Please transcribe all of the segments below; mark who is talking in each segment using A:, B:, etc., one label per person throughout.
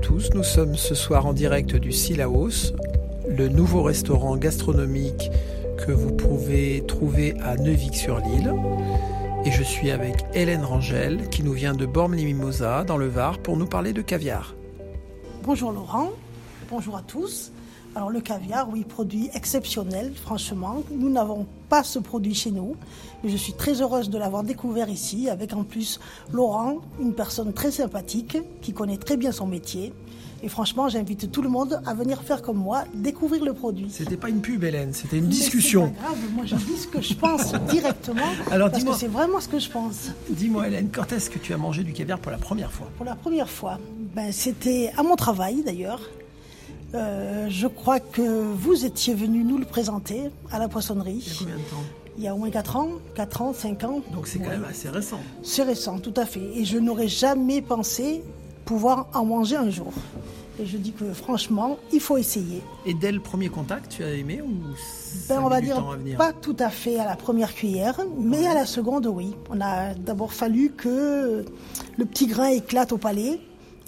A: tous, nous sommes ce soir en direct du Silaos, le nouveau restaurant gastronomique que vous pouvez trouver à Neuvic-sur-Lille. Et je suis avec Hélène Rangel qui nous vient de Bormes-les-Mimosas dans le Var pour nous parler de caviar.
B: Bonjour Laurent, bonjour à tous. Alors le caviar, oui, produit exceptionnel, franchement. Nous n'avons pas ce produit chez nous, mais je suis très heureuse de l'avoir découvert ici, avec en plus Laurent, une personne très sympathique, qui connaît très bien son métier. Et franchement, j'invite tout le monde à venir faire comme moi, découvrir le produit.
A: C'était pas une pub, Hélène, c'était une
B: Mais
A: discussion.
B: C'est pas grave, moi je dis ce que je pense directement,
A: Alors,
B: parce que
A: dis-moi.
B: c'est vraiment ce que je pense.
A: Dis-moi, Hélène, quand est-ce que tu as mangé du caviar pour la première fois
B: Pour la première fois, ben, c'était à mon travail d'ailleurs. Euh, je crois que vous étiez venu nous le présenter à la poissonnerie.
A: Il y a combien de temps
B: Il y a au moins 4 ans, 4 ans, 5 ans.
A: Donc c'est quand
B: Ouais.
A: même assez récent.
B: C'est récent, tout à fait. Et je n'aurais jamais pensé pouvoir en manger un jour. Et je dis que franchement, il faut essayer.
A: Et dès le premier contact, tu as aimé ou ça a
B: Ben, on
A: mis
B: va
A: du
B: dire
A: temps à venir
B: pas tout à fait à la première cuillère, mais à la seconde, oui. On a d'abord fallu que le petit grain éclate au palais,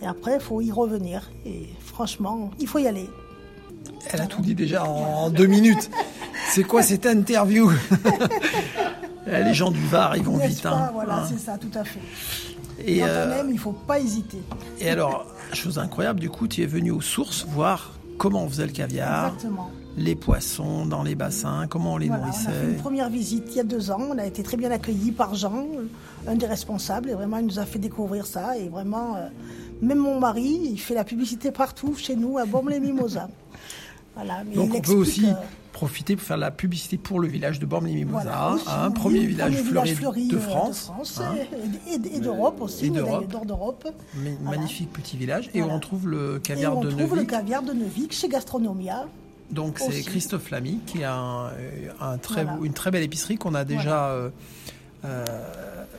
B: et après, il faut y revenir. Et franchement, il faut y aller.
A: Elle a tout dit déjà en, en deux minutes. C'est quoi cette interview Les gens du Var, ils vont
B: N'est-ce
A: vite.
B: pas
A: hein.
B: Voilà,
A: Hein.
B: c'est ça, tout à fait.
A: Et,
B: Quand
A: euh,
B: on aime, il faut pas hésiter.
A: et alors, chose incroyable, du coup, tu es venu aux sources voir comment on faisait le caviar,
B: Exactement.
A: les poissons dans les bassins, comment on les
B: Voilà, on a fait une
A: nourrissait.
B: première visite il y a deux ans. On a été très bien accueillis par Jean, un des responsables, et vraiment il nous a fait découvrir ça. Et vraiment, euh, même mon mari, il fait la publicité partout chez nous à Bormes-les-Mimosas. Voilà, mais
A: Donc
B: il
A: on peut
B: explique,
A: aussi
B: euh,
A: profiter pour faire de la publicité pour le village de Bormes-les-Mimosas,
B: voilà, aussi,
A: hein,
B: on dit,
A: premier village fleuri
B: fleuri,
A: de
B: euh,
A: France. hein.
B: et- et, et d'Europe aussi,
A: Et
B: médaille
A: d'Europe.
B: d'or d'Europe.
A: Mais-
B: Voilà.
A: Magnifique petit village. Et
B: Voilà.
A: on trouve le
B: Et
A: caviar
B: on
A: de
B: trouve le
A: Neuvic.
B: caviar de Neuvic chez Gastronomia.
A: Donc c'est
B: aussi.
A: Christophe Lamy qui a un, euh, un très,
B: Voilà.
A: une très belle épicerie qu'on a déjà euh, euh,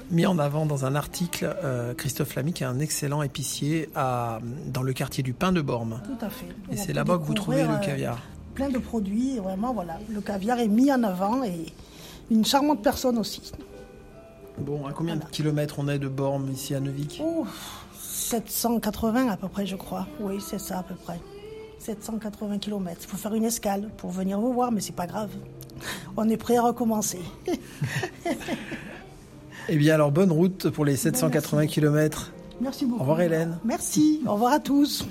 A: mis en avant dans un article. Euh, Christophe Lamy qui est un excellent épicier à, dans le quartier du Pin de Bormes.
B: Tout à fait.
A: Et
B: On
A: c'est
B: peut
A: là-bas que vous trouvez
B: découvrir,
A: le
B: euh,
A: caviar.
B: plein de produits. et Vraiment, voilà, le caviar est mis en avant et une charmante personne aussi.
A: Bon, à combien de kilomètres on est de Bormes ici à Neuvik
B: Oh, 780 à peu près, je crois. Oui, c'est ça à peu près. 780 km. Il faut faire une escale pour venir vous voir, mais c'est pas grave. On est prêt à recommencer.
A: Eh bien alors bonne route pour les 780 kilomètres.
B: Merci beaucoup.
A: Au revoir, Hélène.
B: Merci. Au revoir à tous.